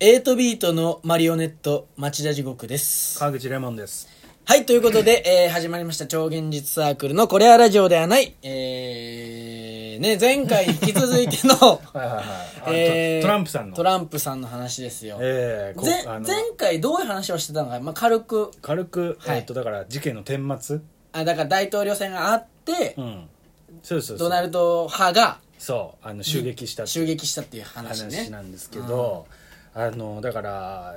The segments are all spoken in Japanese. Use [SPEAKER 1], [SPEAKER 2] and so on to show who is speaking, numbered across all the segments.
[SPEAKER 1] 8ビートのマリオネット町田地獄です。
[SPEAKER 2] 川口レモンです
[SPEAKER 1] はい、ということで、えー始まりました超現実サークルのこれはラジオではない、えー、ね、前回に引き続いての、
[SPEAKER 2] はいはい はいあ
[SPEAKER 1] えー
[SPEAKER 2] トトランプさんの
[SPEAKER 1] トランプさんの話ですよ。
[SPEAKER 2] えーこ
[SPEAKER 1] ぜ
[SPEAKER 2] あの
[SPEAKER 1] 前回どういう話をしてたのか、まあ、軽く、
[SPEAKER 2] 軽く、
[SPEAKER 1] はい
[SPEAKER 2] えっとだから事件の顛末
[SPEAKER 1] あ、だから大統領選があって、
[SPEAKER 2] うんそうそうそ
[SPEAKER 1] ド
[SPEAKER 2] う
[SPEAKER 1] ナルド派が
[SPEAKER 2] そうあの襲撃したってい
[SPEAKER 1] 襲
[SPEAKER 2] う
[SPEAKER 1] 撃したっていう話ね。
[SPEAKER 2] 話なんですけど、あのだから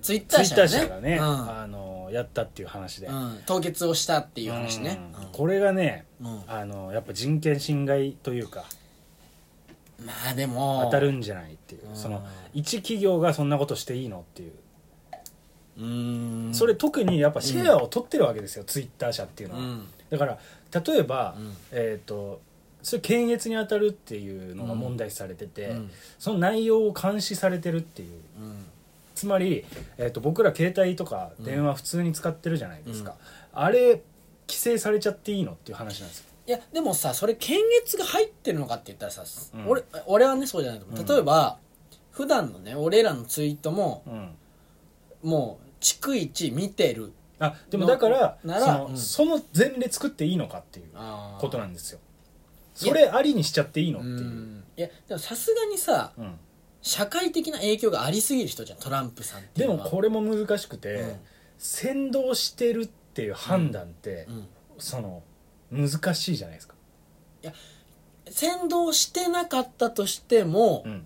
[SPEAKER 1] ツイッター
[SPEAKER 2] ツイッター
[SPEAKER 1] 社
[SPEAKER 2] 社
[SPEAKER 1] が
[SPEAKER 2] が
[SPEAKER 1] ね
[SPEAKER 2] ね、
[SPEAKER 1] うん
[SPEAKER 2] あのやったっていう話で、
[SPEAKER 1] うん凍結をしたっていう話ね。
[SPEAKER 2] うん
[SPEAKER 1] うん
[SPEAKER 2] これがね、
[SPEAKER 1] うん
[SPEAKER 2] あのやっぱ人権侵害というか
[SPEAKER 1] まあでも、
[SPEAKER 2] 当たるんじゃないっていう、
[SPEAKER 1] うん
[SPEAKER 2] その一企業がそんなことしていいのっていう、
[SPEAKER 1] うーん。
[SPEAKER 2] それ特にやっぱシェアを取ってるわけですよ、ツイッター社っていうの
[SPEAKER 1] う
[SPEAKER 2] は、
[SPEAKER 1] ん。
[SPEAKER 2] だから例えば、
[SPEAKER 1] うん
[SPEAKER 2] えっ、とそれ検閲に当たるっていうのが問題視されてて、
[SPEAKER 1] うん
[SPEAKER 2] その内容を監視されてるっていう
[SPEAKER 1] うん
[SPEAKER 2] つまり、えー、と僕ら携帯とか電話普通に使ってるじゃないですか、あれ規制されちゃっていいのっていう話なんですよ
[SPEAKER 1] いやでもさそれ検閲が入ってるのかって言ったらさ、
[SPEAKER 2] うん
[SPEAKER 1] 俺俺はねそうじゃないと思う、
[SPEAKER 2] うん
[SPEAKER 1] 例えば普段のね俺らのツイートも
[SPEAKER 2] うん
[SPEAKER 1] もう逐一見てる
[SPEAKER 2] あでもだから
[SPEAKER 1] なな
[SPEAKER 2] そ
[SPEAKER 1] ら
[SPEAKER 2] の,、
[SPEAKER 1] うん
[SPEAKER 2] その前例作っていいのかっていう
[SPEAKER 1] こ
[SPEAKER 2] こと
[SPEAKER 1] な
[SPEAKER 2] なんですよそれありにしちゃっていいのっていう、
[SPEAKER 1] んいやでもさすがにさ
[SPEAKER 2] うん
[SPEAKER 1] 社会的な影響がありすぎる人じゃんトランプさんってい
[SPEAKER 2] で
[SPEAKER 1] う
[SPEAKER 2] も
[SPEAKER 1] のは
[SPEAKER 2] これも難しくて、
[SPEAKER 1] うん
[SPEAKER 2] 先導してるっていう判断って、
[SPEAKER 1] うん
[SPEAKER 2] その難しいじゃないですか、
[SPEAKER 1] 先導してなかったとしても、
[SPEAKER 2] うん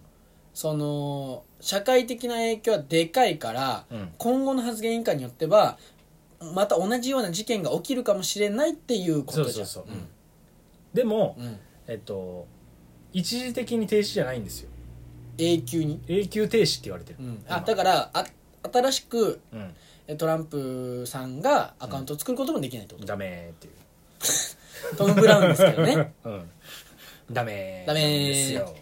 [SPEAKER 1] その社会的な影響はでかいから、
[SPEAKER 2] うん
[SPEAKER 1] 今後の発言以下によってはまた同じような事件が起きるかもしれないっていうことじゃん
[SPEAKER 2] そうそうそうでも、
[SPEAKER 1] うんうん
[SPEAKER 2] えっと一時的に停止じゃないんですよ
[SPEAKER 1] 永久に、
[SPEAKER 2] 永久停止って言われてる、
[SPEAKER 1] あ
[SPEAKER 2] 今
[SPEAKER 1] だからあ新しく
[SPEAKER 2] うん、
[SPEAKER 1] えトランプさんがアカウントを作ることもできないってこと、
[SPEAKER 2] ダメーっていう
[SPEAKER 1] トム・ブラウンですけど ね
[SPEAKER 2] うん、ダメー
[SPEAKER 1] ダメー
[SPEAKER 2] ですよ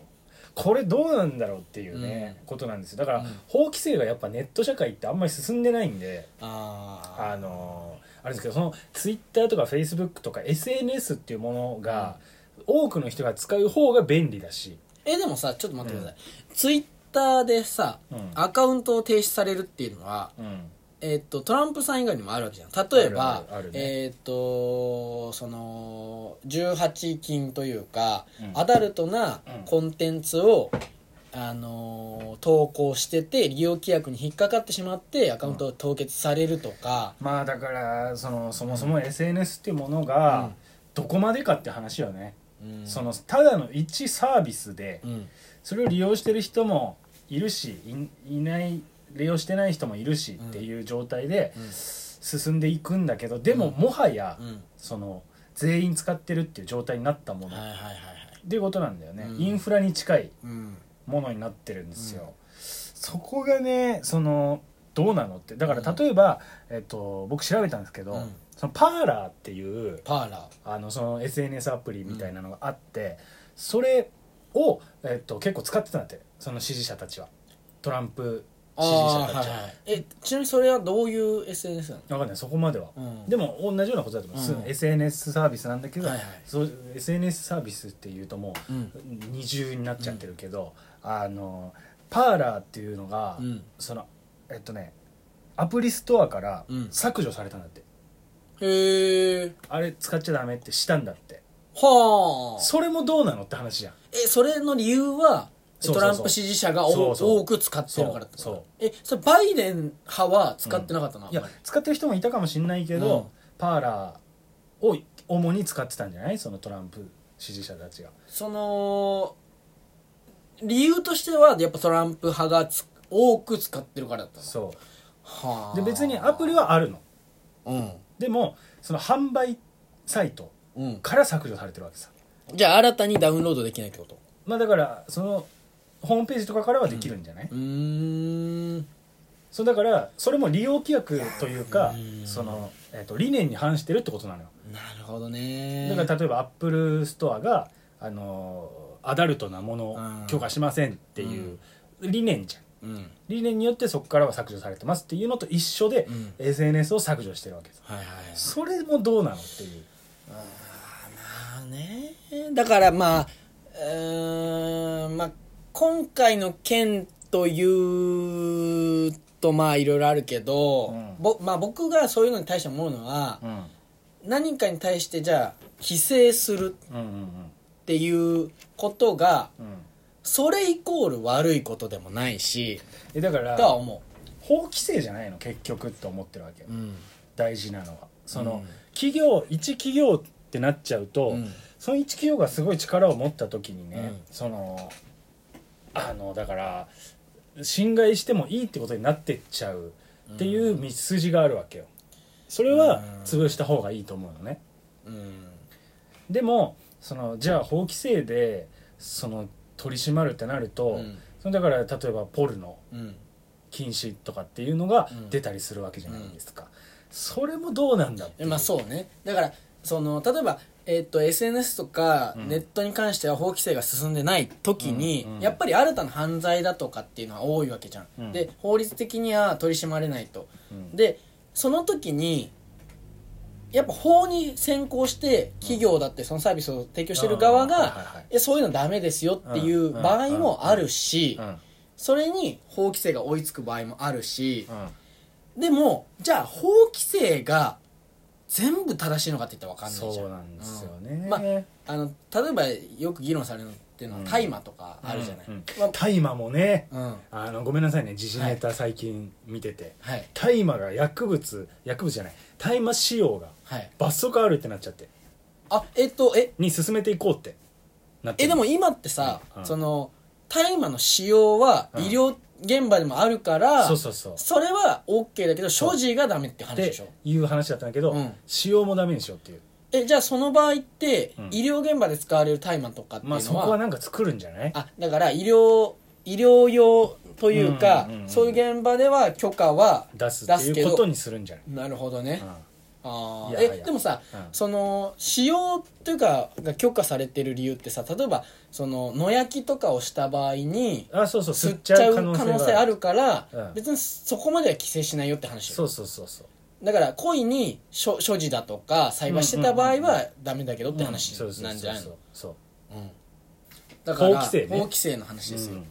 [SPEAKER 2] これどうなんだろうっていうね、ことなんですよだから、
[SPEAKER 1] うん
[SPEAKER 2] 法規制がやっぱネット社会ってあんまり進んでないんで
[SPEAKER 1] あ
[SPEAKER 2] あのーあれですけどそのツイッターとかフェイスブックとか SNS っていうものが、多くの人が使う方が便利だし、
[SPEAKER 1] ーえでもさちょっと待ってください、ツイッターでさ
[SPEAKER 2] うん
[SPEAKER 1] アカウントを停止されるっていうのは、
[SPEAKER 2] うん
[SPEAKER 1] えっとトランプさん以外にもあるわけじゃん例えば
[SPEAKER 2] あるあるあるね
[SPEAKER 1] えっとその18禁というか、
[SPEAKER 2] うん
[SPEAKER 1] アダルトな
[SPEAKER 2] うん
[SPEAKER 1] コンテンツを、あのー投稿してて利用規約に引っかかってしまってアカウントを凍結されるとか、
[SPEAKER 2] まあだからそのそもそも SNS っていうものがどこまでかって話よね、
[SPEAKER 1] うん
[SPEAKER 2] そのただの一サービスで
[SPEAKER 1] うん
[SPEAKER 2] それを利用してる人もいるしいいない利用してない人もいるし
[SPEAKER 1] うん
[SPEAKER 2] っていう状態で
[SPEAKER 1] うん
[SPEAKER 2] 進んでいくんだけどでも
[SPEAKER 1] うん
[SPEAKER 2] もはや
[SPEAKER 1] うん
[SPEAKER 2] その全員使ってるっていう状態になったもの
[SPEAKER 1] はいはい
[SPEAKER 2] っ
[SPEAKER 1] はいはい
[SPEAKER 2] ていうことなんだよね、
[SPEAKER 1] うん
[SPEAKER 2] インフラに近い
[SPEAKER 1] うん
[SPEAKER 2] ものになってるんですよ、
[SPEAKER 1] うん
[SPEAKER 2] そこがねそのどうなのってだから例えば、えっと、僕調べたんですけど、
[SPEAKER 1] うん
[SPEAKER 2] そのパーラーっていう
[SPEAKER 1] パーラ
[SPEAKER 2] あのその SNS アプリみたいなのがあって、それを、えっと、結構使ってたんだってその支持者たちはトランプ
[SPEAKER 1] ー
[SPEAKER 2] 支持者たちは、
[SPEAKER 1] あーはいはいえちなみにそれはどういう SNS なの
[SPEAKER 2] 分かんないそこまでは、
[SPEAKER 1] うん
[SPEAKER 2] でも同じようなことだと思う、
[SPEAKER 1] うん
[SPEAKER 2] SNS サービスなんだけど、
[SPEAKER 1] はいはい
[SPEAKER 2] そう SNS サービスっていうともう
[SPEAKER 1] うん
[SPEAKER 2] 二重になっちゃってるけど、あのパーラーっていうのが、
[SPEAKER 1] うん
[SPEAKER 2] そのえっとねアプリストアから
[SPEAKER 1] うん
[SPEAKER 2] 削除されたんだって、
[SPEAKER 1] へえ
[SPEAKER 2] あれ使っちゃダメってしたんだって
[SPEAKER 1] はあ
[SPEAKER 2] それもどうなのって話じゃん
[SPEAKER 1] えそれの理由は
[SPEAKER 2] そう
[SPEAKER 1] ト
[SPEAKER 2] そうそう
[SPEAKER 1] ランプ支持者がお
[SPEAKER 2] そうそう
[SPEAKER 1] 多く使ってるからってこと
[SPEAKER 2] そうそう
[SPEAKER 1] えそれバイデン派は使ってなかったな、
[SPEAKER 2] いや使ってる人もいたかもしれないけど、
[SPEAKER 1] うん
[SPEAKER 2] パーラーを主に使ってたんじゃないそのトランプ支持者たちが
[SPEAKER 1] その理由としてはやっぱトランプ派がつ多く使ってるからだったの
[SPEAKER 2] そ
[SPEAKER 1] はあ
[SPEAKER 2] うで別にアプリはあるの
[SPEAKER 1] うん
[SPEAKER 2] でもその販売サイト
[SPEAKER 1] うん
[SPEAKER 2] から削除されてるわけさ
[SPEAKER 1] じゃあ新たにダウンロードできないってこと
[SPEAKER 2] まあだからそのホームページとかからはできるんじゃない、
[SPEAKER 1] うーん
[SPEAKER 2] そうだからそれも利用規約というか
[SPEAKER 1] うん
[SPEAKER 2] その、えっと理念に反してるってことなのよ
[SPEAKER 1] なるほどね
[SPEAKER 2] だから例えばアップルストアがあのアダルトなものを許可しませんっていう理念じゃん
[SPEAKER 1] うん
[SPEAKER 2] 理念によってそこからは削除されてますっていうのと一緒で、
[SPEAKER 1] うん
[SPEAKER 2] SNS を削除してるわけです
[SPEAKER 1] はいはい
[SPEAKER 2] それもどうなのっていう
[SPEAKER 1] まあねだからまあうーんまあ今回の件と言うとまあいろいろあるけど、
[SPEAKER 2] うん
[SPEAKER 1] ぼまあ、僕がそういうのに対して思うのは、
[SPEAKER 2] うん
[SPEAKER 1] 何かに対してじゃあ規制する
[SPEAKER 2] うんうん
[SPEAKER 1] っていうことが
[SPEAKER 2] うんうん
[SPEAKER 1] それイコール悪いことでもないし
[SPEAKER 2] えだから
[SPEAKER 1] とは思
[SPEAKER 2] 法規制じゃないの結局って思ってるわけよ
[SPEAKER 1] う、うん
[SPEAKER 2] 大事なのはその、
[SPEAKER 1] うん
[SPEAKER 2] 企業一企業ってなっちゃうと、
[SPEAKER 1] うん
[SPEAKER 2] その一企業がすごい力を持った時にね、
[SPEAKER 1] うん
[SPEAKER 2] そのあのだから侵害してもいいってことになってっちゃうっていう道筋があるわけよそれは潰した方がいいと思うのね
[SPEAKER 1] うん
[SPEAKER 2] でもそのじゃあ法規制でその取り締まるってなると、
[SPEAKER 1] うん
[SPEAKER 2] そのだから例えばポルノ
[SPEAKER 1] うん
[SPEAKER 2] 禁止とかっていうのが
[SPEAKER 1] うん
[SPEAKER 2] 出たりするわけじゃないですか、それもどうなんだって
[SPEAKER 1] え
[SPEAKER 2] いう
[SPEAKER 1] まあそうねだからその例えば、えっと SNS とか
[SPEAKER 2] うん
[SPEAKER 1] ネットに関しては法規制が進んでない時に、
[SPEAKER 2] うんうん
[SPEAKER 1] やっぱり新たな犯罪だとかっていうのは多いわけじゃん、
[SPEAKER 2] うん
[SPEAKER 1] で法律的には取り締まれないと
[SPEAKER 2] うん
[SPEAKER 1] でその時にやっぱ法に先行して企業だってそのサービスを提供してる側
[SPEAKER 2] うんはいはいは
[SPEAKER 1] が
[SPEAKER 2] い
[SPEAKER 1] えそういうのダメですよっていう
[SPEAKER 2] うん
[SPEAKER 1] 場合もあるし
[SPEAKER 2] うん
[SPEAKER 1] それに法規制が追いつく場合もあるし
[SPEAKER 2] うん
[SPEAKER 1] でもじゃあ法規制が全部正しいのかって言ったら分かんないじゃん
[SPEAKER 2] そうなんですよね、
[SPEAKER 1] うんまあの例えばよく議論されるのっていうのは
[SPEAKER 2] うん
[SPEAKER 1] 大麻とかあるじゃない、
[SPEAKER 2] うんうん
[SPEAKER 1] まあ
[SPEAKER 2] 大麻もね
[SPEAKER 1] うん
[SPEAKER 2] あのごめんなさいね時事ネタ最近見てて、
[SPEAKER 1] はい
[SPEAKER 2] 大麻が薬物薬物じゃない大麻使用が
[SPEAKER 1] はい
[SPEAKER 2] 罰則あるってなっちゃって
[SPEAKER 1] あえっとえ
[SPEAKER 2] に進めていこうってなって
[SPEAKER 1] え
[SPEAKER 2] る
[SPEAKER 1] でも今ってさ、
[SPEAKER 2] うん
[SPEAKER 1] その大麻の使用は
[SPEAKER 2] うん
[SPEAKER 1] 医療現場でもあるから、
[SPEAKER 2] そうそうそう
[SPEAKER 1] それは OK だけど所持がダメって話
[SPEAKER 2] って
[SPEAKER 1] でしょ
[SPEAKER 2] いう話だったんだけど、
[SPEAKER 1] うん
[SPEAKER 2] 使用もダメにしようっていう
[SPEAKER 1] えじゃあその場合って、
[SPEAKER 2] うん
[SPEAKER 1] 医療現場で使われる大麻とかっていうの
[SPEAKER 2] ま
[SPEAKER 1] は,、
[SPEAKER 2] あそこはなんか作るんじゃない
[SPEAKER 1] あだから医療医療用というか、
[SPEAKER 2] うんうんうんうん
[SPEAKER 1] そういう現場では許可は
[SPEAKER 2] 出すっていうことにするんじゃない、
[SPEAKER 1] なるほどね、ああ
[SPEAKER 2] いやい
[SPEAKER 1] え
[SPEAKER 2] や
[SPEAKER 1] でもさ、
[SPEAKER 2] うん
[SPEAKER 1] その使用というかが許可されてる理由ってさ例えばその野焼きとかをした場合に
[SPEAKER 2] うんあそうそう
[SPEAKER 1] 吸っ
[SPEAKER 2] 吸っ
[SPEAKER 1] ち
[SPEAKER 2] ち
[SPEAKER 1] ゃ
[SPEAKER 2] ゃ
[SPEAKER 1] う
[SPEAKER 2] う
[SPEAKER 1] 可
[SPEAKER 2] 可
[SPEAKER 1] 能
[SPEAKER 2] 能
[SPEAKER 1] 性が
[SPEAKER 2] 性が
[SPEAKER 1] あ
[SPEAKER 2] あ
[SPEAKER 1] る
[SPEAKER 2] る
[SPEAKER 1] から、
[SPEAKER 2] うん
[SPEAKER 1] 別にそこまでは規制しないよって話
[SPEAKER 2] そうそうそうそう
[SPEAKER 1] だから故意に所所持だとか栽培してた場合
[SPEAKER 2] うんうんうん
[SPEAKER 1] はダメだけどって話
[SPEAKER 2] そうそうそう
[SPEAKER 1] なんじゃないの
[SPEAKER 2] そう
[SPEAKER 1] うんだから
[SPEAKER 2] 法規制ね
[SPEAKER 1] 法規制の話ですよ、
[SPEAKER 2] うん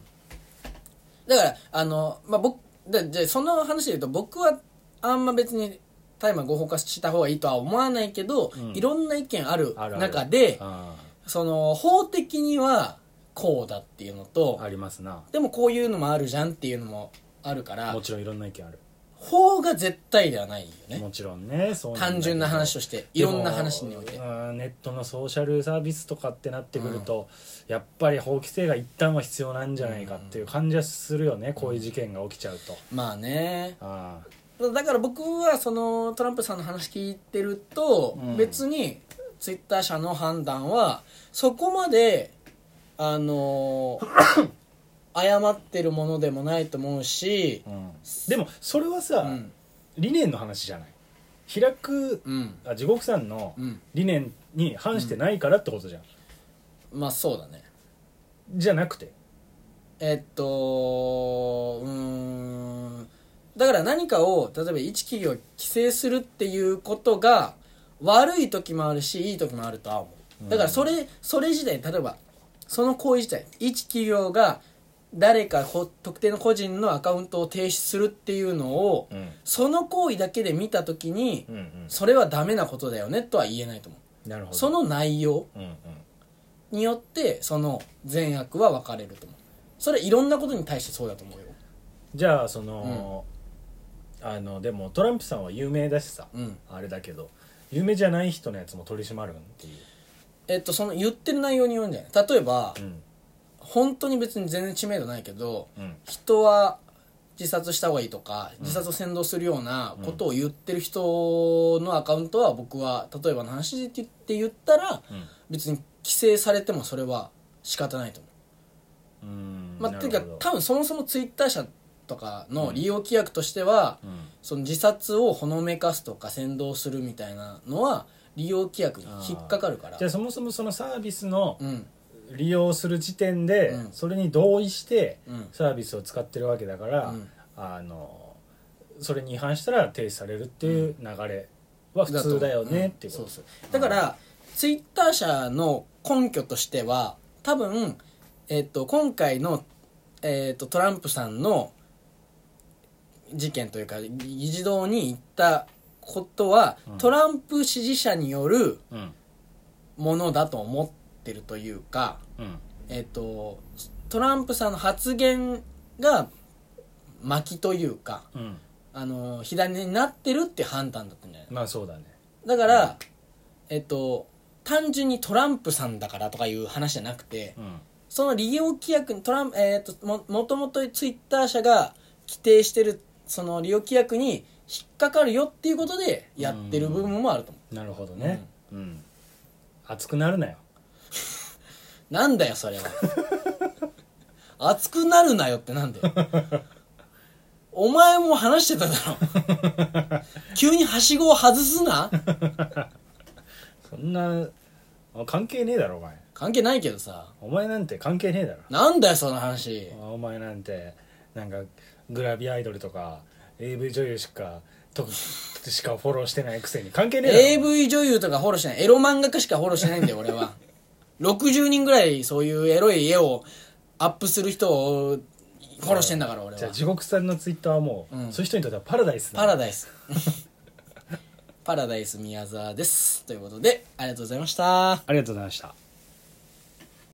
[SPEAKER 1] だからあの、まあ、僕ででその話で言うと僕はあんま別に大麻合法化した方がいいとは思わないけど、
[SPEAKER 2] うん
[SPEAKER 1] いろんな意見ある
[SPEAKER 2] あるある
[SPEAKER 1] 中で
[SPEAKER 2] あ
[SPEAKER 1] その法的にはこうだっていうのと
[SPEAKER 2] ーありますな
[SPEAKER 1] でもこういうのもあるじゃんっていうのもあるから
[SPEAKER 2] もちろんいろんな意見ある
[SPEAKER 1] 法が絶対ではないよね
[SPEAKER 2] もちろんねそう
[SPEAKER 1] 単純な話と
[SPEAKER 2] して
[SPEAKER 1] していろんな話において
[SPEAKER 2] ネットのソーシャルサービスとかってなってくると、やっぱり法規制が一旦は必要なんじゃないかっていう感じはするよね、こういう事件が起きちゃうと、
[SPEAKER 1] まあね
[SPEAKER 2] ああ
[SPEAKER 1] だから僕はそのトランプさんの話聞いてると、
[SPEAKER 2] うん
[SPEAKER 1] 別にツイッター社の判断はそこまであの 誤ってるものでもないと思うし
[SPEAKER 2] うんでもそれはさ、
[SPEAKER 1] うん
[SPEAKER 2] 理念の話じゃない開く、
[SPEAKER 1] うん
[SPEAKER 2] あ地獄さんの
[SPEAKER 1] うん
[SPEAKER 2] 理念に反してないからってことじゃん、
[SPEAKER 1] まあそうだね
[SPEAKER 2] じゃなくて
[SPEAKER 1] えっとうーんだから何かを例えば一企業を規制するっていうことが悪い時もあるしいい時もあるとは思うだからそれ、それ自体例えばその行為自体一企業が誰かこ特定の個人のアカウントを停止するっていうのを、
[SPEAKER 2] うん
[SPEAKER 1] その行為だけで見た時に、
[SPEAKER 2] うん
[SPEAKER 1] それはダメなことだよねとは言えないと思う
[SPEAKER 2] なるほど
[SPEAKER 1] その内容、
[SPEAKER 2] うんうん
[SPEAKER 1] によってその善悪は分かれると思うそれいろんなことに対してそうだと思うよ
[SPEAKER 2] じゃあその、あのでもトランプさんは有名だしさ、
[SPEAKER 1] うん
[SPEAKER 2] あれだけど有名じゃない人のやつも取り締まるんっていう
[SPEAKER 1] えっとその言ってる内容によるんじゃない例えば、
[SPEAKER 2] うん
[SPEAKER 1] 本当に別に全然知名度ないけど、
[SPEAKER 2] うん
[SPEAKER 1] 人は自殺した方がいいとか自殺を先導するようなことを言ってる人のアカウントは僕は例えばの話で言って言ったら、
[SPEAKER 2] うん
[SPEAKER 1] 別に規制されてもそれは仕方ないと思う
[SPEAKER 2] うん
[SPEAKER 1] まあ、
[SPEAKER 2] な
[SPEAKER 1] て
[SPEAKER 2] る
[SPEAKER 1] いうか
[SPEAKER 2] ほど
[SPEAKER 1] 多分そもそもツイッター社とかの利用規約としては、
[SPEAKER 2] うん
[SPEAKER 1] その自殺をほのめかすとか先導するみたいなのは利用規約に引っかかるから
[SPEAKER 2] じゃあそもそもそのサービスの
[SPEAKER 1] うん
[SPEAKER 2] 利用する時点で、
[SPEAKER 1] うん
[SPEAKER 2] それに同意して
[SPEAKER 1] うん
[SPEAKER 2] サービスを使ってるわけだから、
[SPEAKER 1] うん
[SPEAKER 2] あのそれに違反したら停止されるっていう流れは普通だよねっていうこと
[SPEAKER 1] んそうそうだからツイッター社の根拠としては多分、えっと今回のえー、とトランプさんの事件というか議事堂に行ったことは、
[SPEAKER 2] うん
[SPEAKER 1] トランプ支持者による
[SPEAKER 2] うん
[SPEAKER 1] ものだと思ってるというか、
[SPEAKER 2] うん
[SPEAKER 1] えー、とトランプさんの発言が巻きというか
[SPEAKER 2] うん
[SPEAKER 1] あの左になってるって判断だったんじゃない
[SPEAKER 2] まあそうだね
[SPEAKER 1] だから、えっと単純にトランプさんだからとかいう話じゃなくて、
[SPEAKER 2] うん
[SPEAKER 1] その利用規約にトランプ、えー、とももともとツイッター社が規定してるその利用規約に引っかかるよっていうことでやってる部分もあると思
[SPEAKER 2] なるほどねうん、熱くなるなよ
[SPEAKER 1] うなんだよそれは熱くなるなよってなんだよお前も話してただろ急にはしごを外すな
[SPEAKER 2] そんなあ関係ねえだろお前
[SPEAKER 1] 関係ないけどさ
[SPEAKER 2] お前なんて関係ねえだろ
[SPEAKER 1] なんだよその話
[SPEAKER 2] お前なんてなんかグラビアアイドルとか AV 女優しかとしかフォローしてないくせに関係ねえだろ
[SPEAKER 1] AV 女優とかフォローしないエロ漫画家しかフォローしないんだよ俺は60人ぐらいそういうエロい絵をアップする人をフォローしてんだから俺
[SPEAKER 2] じゃあ
[SPEAKER 1] は
[SPEAKER 2] 地獄さんのツイッターはもう、
[SPEAKER 1] うん
[SPEAKER 2] そういう人にとってはパラダイスだ
[SPEAKER 1] パラダイス パラダイス宮沢ですということでありがとうございました
[SPEAKER 2] ありがとうございました